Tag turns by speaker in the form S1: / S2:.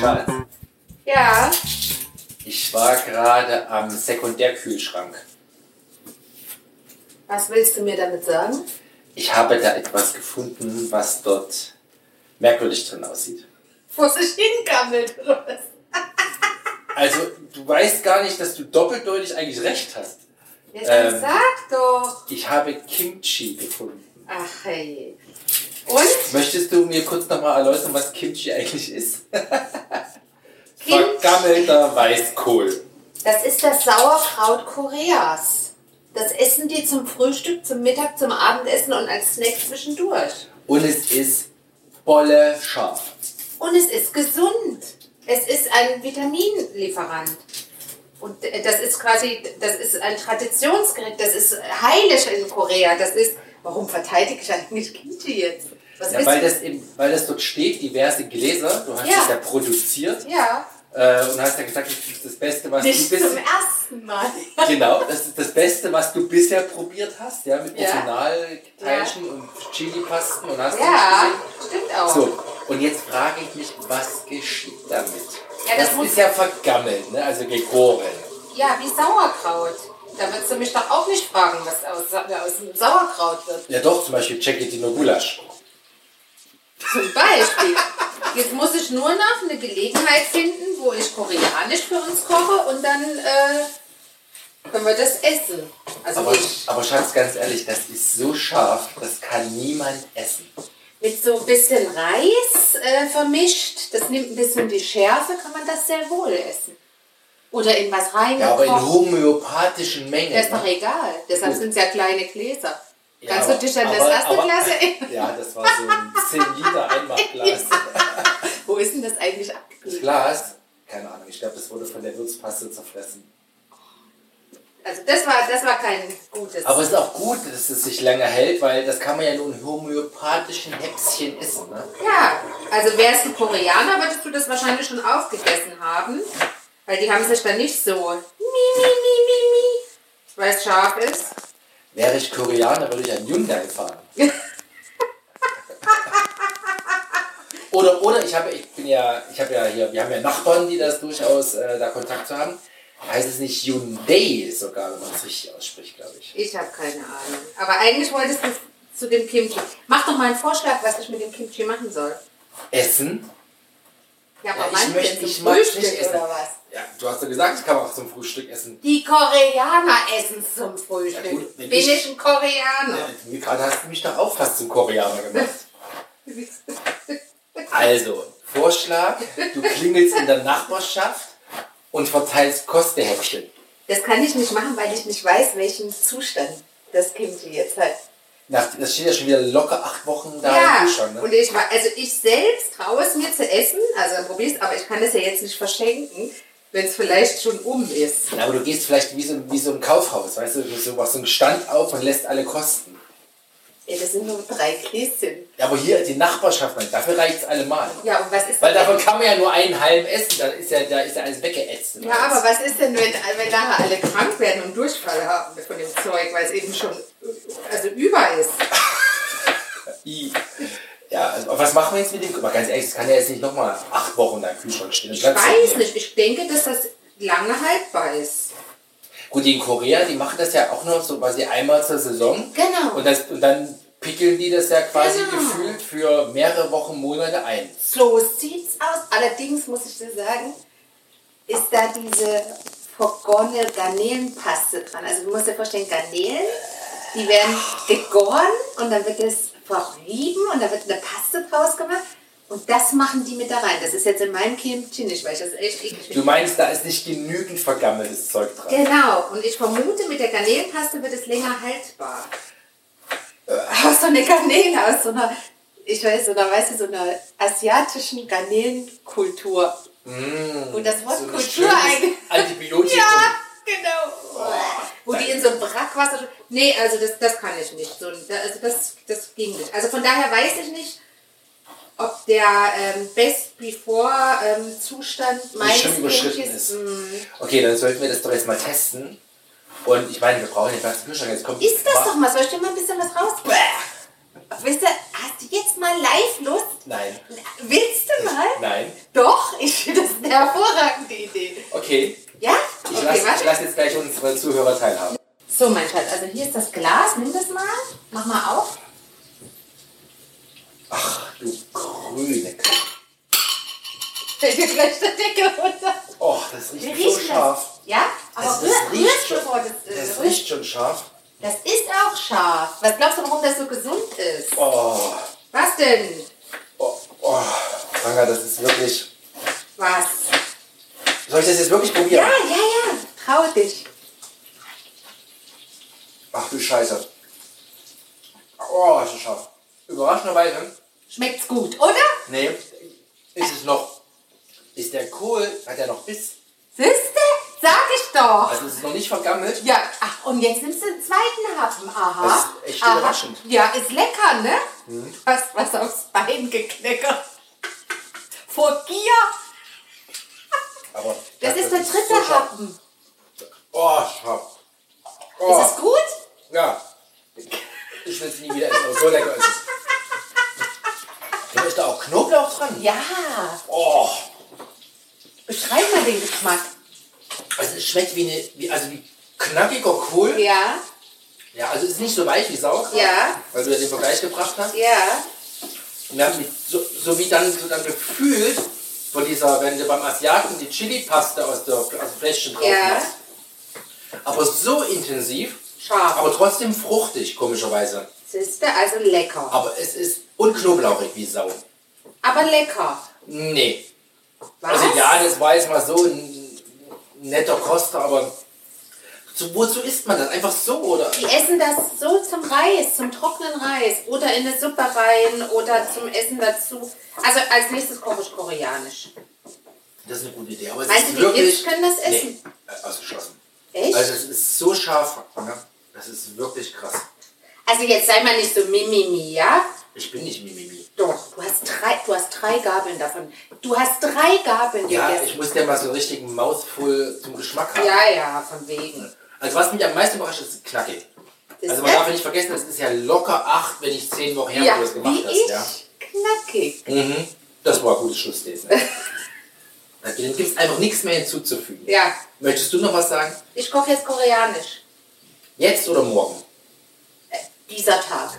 S1: Karl,
S2: Ja.
S1: ich war gerade am Sekundärkühlschrank.
S2: Was willst du mir damit sagen?
S1: Ich habe da etwas gefunden, was dort merkwürdig drin aussieht.
S2: Wo sich hingammelt oder was?
S1: Also, du weißt gar nicht, dass du doppeldeutig eigentlich recht hast.
S2: Jetzt
S1: Ähm.
S2: sag doch.
S1: Ich habe Kimchi gefunden.
S2: Ach hey. Und?
S1: Möchtest du mir kurz nochmal erläutern, was Kimchi eigentlich ist?
S2: Kimchi.
S1: Vergammelter Weißkohl.
S2: Das ist das Sauerkraut Koreas. Das essen die zum Frühstück, zum Mittag, zum Abendessen und als Snack zwischendurch.
S1: Und es ist bolle scharf.
S2: Und es ist gesund. Es ist ein Vitaminlieferant. Und äh, das ist quasi, das ist ein Traditionsgericht, das ist heilig in Korea. Das ist, warum verteidige ich eigentlich Kimchi jetzt? Was
S1: Ja,
S2: willst
S1: weil
S2: du?
S1: das, eben, weil das dort steht, diverse Gläser. Du hast
S2: Ja.
S1: das ja produziert
S2: Ja,
S1: äh, und hast ja gesagt, das ist das Beste, was
S2: nicht
S1: du
S2: zum
S1: bisher...
S2: ersten Mal.
S1: Genau, das ist das Beste, was du bisher probiert hast, ja, mit
S2: Ja.
S1: Personalteilchen und Chili-Pasten und hast du
S2: Ja,
S1: nicht
S2: stimmt auch.
S1: gesehen? So, und jetzt frage ich mich, was geschieht damit?
S2: Ja, das
S1: das
S2: muss-
S1: ist ja vergammelt, ne? also gegoren.
S2: Ja, wie Sauerkraut. Da würdest du mich doch auch nicht fragen, was aus, wer aus dem Sauerkraut wird.
S1: Ja doch, zum Beispiel Ceketino Gulasch.
S2: Zum Beispiel. Jetzt muss ich nur noch eine Gelegenheit finden, wo ich koreanisch für uns koche und dann äh, können wir das essen. Also
S1: Aber,
S2: ich,
S1: aber Schatz, ganz ehrlich, das ist so scharf, das kann niemand essen.
S2: mit so ein bisschen Reis äh, vermischt. Das nimmt ein bisschen die Schärfe, kann man das sehr wohl essen. Oder in was rein.
S1: Ja, aber in homöopathischen Mengen.
S2: Das ist
S1: ne?
S2: doch egal. Deshalb sind es ja kleine Gläser.
S1: Ja,
S2: Kannst
S1: aber-
S2: du dich an das
S1: aber-
S2: erste
S1: aber-
S2: Glas erinnern?
S1: Ja, das war so ein 10 Liter Einmachglas.
S2: Wo ist denn das eigentlich
S1: Das
S2: abgegeben?
S1: Glas, keine Ahnung, ich glaube, das wurde von der Würzpaste zerfressen.
S2: Also das war, das war kein gutes.
S1: Aber es ist auch gut, dass es sich lange hält, weil das kann man ja nur in homöopathischen Häppchen essen. Ne?
S2: ja, also wärst du Koreaner, würdest du das wahrscheinlich schon aufgegessen haben. Weil die haben sich dann nicht so mi, mi, mi, mi, mi, weil es scharf ist.
S1: Wäre ich Koreaner, würde ich einen Hyundai fahren. oder, oder ich habe, ich bin ja, ich habe ja hier, wir haben ja Nachbarn, die das durchaus äh, da Kontakt zu haben. Heißt es nicht Hyundai sogar, wenn man es richtig ausspricht, glaube ich.
S2: Ich habe keine Ahnung. Aber eigentlich wolltest du zu dem Kimchi. Mach doch mal einen Vorschlag, was ich mit dem Kimchi machen soll.
S1: Essen?
S2: Ja, aber
S1: Ja, ich
S2: manche
S1: möchte,
S2: zum
S1: ich mag es nicht
S2: Frühstück
S1: essen.
S2: oder was?
S1: Ja, du hast ja gesagt, ich kann auch zum Frühstück essen.
S2: Die Koreaner essen zum Frühstück.
S1: Ja, gut, wenn
S2: Bin
S1: ich-
S2: ich ein Koreaner?
S1: Wie Gerade hast du mich doch auch fast zum Koreaner gemacht. Also, Vorschlag, du klingelst in der Nachbarschaft und verteilst Kostehäppchen.
S2: Das kann ich nicht machen, weil ich nicht weiß, welchen Zustand das Kimchi jetzt hat.
S1: Nach, das steht ja schon wieder locker acht Wochen da
S2: ja,
S1: im Kühlschrank.
S2: und
S1: Ne?
S2: ich war, also ich selbst traue es mir zu essen, also probier's, aber ich kann es ja jetzt nicht verschenken, wenn es vielleicht schon um ist.
S1: Na, aber du gehst vielleicht wie so, wie so ein Kaufhaus, weißt du, du so, machst so einen Stand auf und lässt alle kosten.
S2: Ja, das sind nur drei Gläschen.
S1: Ja, aber hier, die Nachbarschaft, nein, dafür reicht es allemal.
S2: Ja, und was ist
S1: Weil
S2: denn-
S1: davon kann man ja nur einen halben essen, dann ist ja, da ist ja alles weggeätzt.
S2: Ja, aber was ist denn, wenn, wenn nachher alle krank werden und Durchfall haben von dem Zeug, weil es eben schon also über ist?
S1: I. Ja, also aber was machen wir jetzt mit dem? Aber ganz ehrlich, das kann ja jetzt nicht nochmal acht Wochen da im Kühlschrank stehen. Das
S2: Ich
S1: kannst du
S2: weiß nicht, ich denke, dass das lange haltbar ist.
S1: Gut, die in Korea, die machen das ja auch nur so quasi einmal zur Saison.
S2: Genau.
S1: Und, das, und dann pickeln die das ja quasi
S2: Genau.
S1: gefühlt für mehrere Wochen, Monate ein.
S2: So sieht's aus. Allerdings muss ich dir sagen, ist da diese vergorene Garnelenpaste dran. Also du musst dir vorstellen, Garnelen, die werden gegoren und dann wird das verrieben und da wird eine Paste draus gemacht. Und das machen die mit da rein. Das ist jetzt in meinem Kimchi nicht, weil ich das echt eklig
S1: Du
S2: finde.
S1: meinst, da ist nicht genügend vergammeltes Zeug dran.
S2: Genau, und ich vermute, mit der Garnelenpaste wird es länger haltbar. Äh, Aus so einer Garnele, aus so einer, ich weiß, so einer, weißt du, so einer asiatischen Garnelenkultur. Und das Wort
S1: Mm, So ein
S2: Kultur
S1: schönes
S2: eigentlich.
S1: Also Antibiotikum.
S2: Ja, genau. Wo die in so ein Brackwasser. Nee, also das, das kann ich nicht. So, ein- also das, das ging nicht. Also von daher weiß ich nicht, ob der ähm, Best-Before-Zustand meines
S1: schon überschritten
S2: Kindes-
S1: ist.
S2: Mm.
S1: Okay, dann sollten wir das doch jetzt mal testen. Und ich meine, wir brauchen den ganzen Kühlschrank. Jetzt kommt
S2: Ist das doch mal, soll ich dir mal ein bisschen was raus? Weißt du, hast du jetzt mal live Lust?
S1: Nein.
S2: Willst du mal?
S1: Nein.
S2: Doch, ich finde
S1: okay.
S2: Ja?
S1: Ich
S2: Okay,
S1: lasse
S2: warte.
S1: lass jetzt gleich unsere Zuhörer teilhaben.
S2: So, mein Schatz, also hier ist das Glas. Nimm das mal. Mach mal auf.
S1: Ach, du grüne K
S2: Fällt dir gleich der Deckel runter.
S1: Oh, das
S2: Wie
S1: riecht so
S2: riecht
S1: scharf.
S2: das? Ja? Aber
S1: Also,
S2: rühr,
S1: das,
S2: rührst
S1: riecht schon,
S2: bevor das, äh,
S1: das
S2: rührst.
S1: riecht schon scharf.
S2: Das ist auch scharf. Was glaubst du, warum das so gesund ist?
S1: Oh,
S2: Was denn?
S1: oh, oh. Franka, das ist wirklich...
S2: Was?
S1: Soll ich das jetzt wirklich probieren?
S2: Ja, ja, ja. Trau dich.
S1: Ach du Scheiße. Oh, ist das scharf. Überraschenderweise,
S2: Schmeckt's gut, oder?
S1: nee, ist es noch. Ist der Kohl, hat er noch Biss?
S2: Siehste? Sag ich doch.
S1: Also es ist noch nicht vergammelt.
S2: Ja, ach, und jetzt nimmst du den zweiten Happen. Aha.
S1: Das ist echt
S2: Aha.
S1: überraschend. Mhm.
S2: Ja, ist lecker, ne? Du hast was aufs Bein gekleckert. Vor Gier.
S1: Aber
S2: Das ist der dritte
S1: so scharf.
S2: Happen.
S1: Oh, scharf. Oh,
S2: Ist es gut?
S1: ja. Ich will es nie wieder essen, aber so lecker ist es. Da ist da auch Knoblauch dran.
S2: Ja.
S1: Oh,
S2: Beschreib mal den Geschmack.
S1: also es schmeckt wie eine, wie, also wie knackiger Kohl.
S2: Ja,
S1: Ja, also es ist nicht so weich wie Sauer,
S2: Ja.
S1: weil du ja den Vergleich gebracht hast.
S2: ja.
S1: Und dann, mit- so, so wie dann, so dann gefühlt von dieser, wenn du beim Asiaten die Chili-Paste aus, der- aus dem Fläschchen drauf
S2: Ja.
S1: machst. Aber so intensiv,
S2: Scharf.
S1: aber trotzdem fruchtig, komischerweise.
S2: Siehste, also lecker.
S1: Aber es ist unknoblauchig wie Sau.
S2: Aber lecker.
S1: Nee.
S2: Was?
S1: Also ja, das war jetzt mal so ein netter Koster, aber zu, wozu isst man das? Einfach so, oder?
S2: Die essen das so zum Reis, zum trockenen Reis oder in eine Suppe rein oder zum Essen dazu. Also als nächstes koche ich koreanisch.
S1: Das ist eine gute Idee. Aber es
S2: Meinst
S1: ist
S2: du, die
S1: wirklich,
S2: Kids können das essen?
S1: Nee, äh, ausgeschlossen.
S2: Echt?
S1: Also es ist so scharf. Ne? Das ist wirklich krass.
S2: Also jetzt sei mal nicht so mimimi, ja?
S1: Ich bin nicht Mimimi.
S2: Doch, du hast drei, du hast drei Gabeln davon. Du hast drei Gabeln
S1: Ja, ich
S2: gegessen.
S1: muss dir mal so einen richtigen Mouthful zum Geschmack haben.
S2: Ja, ja, von wegen.
S1: Also was mich am meisten überrascht, ist knackig.
S2: Das
S1: also man darf
S2: ist-
S1: ja nicht vergessen, das ist ja locker acht, wenn ich zehn Wochen her, wo
S2: Ja,
S1: du das gemacht
S2: wie
S1: hast.
S2: ich.
S1: Ja.
S2: Knackig.
S1: Mhm. Das war ein gutes Schlussthesen. Also, Dem gibt es einfach nichts mehr hinzuzufügen.
S2: Ja,
S1: Möchtest du noch was sagen?
S2: ich koche jetzt koreanisch.
S1: Jetzt oder morgen?
S2: Dieser Tag.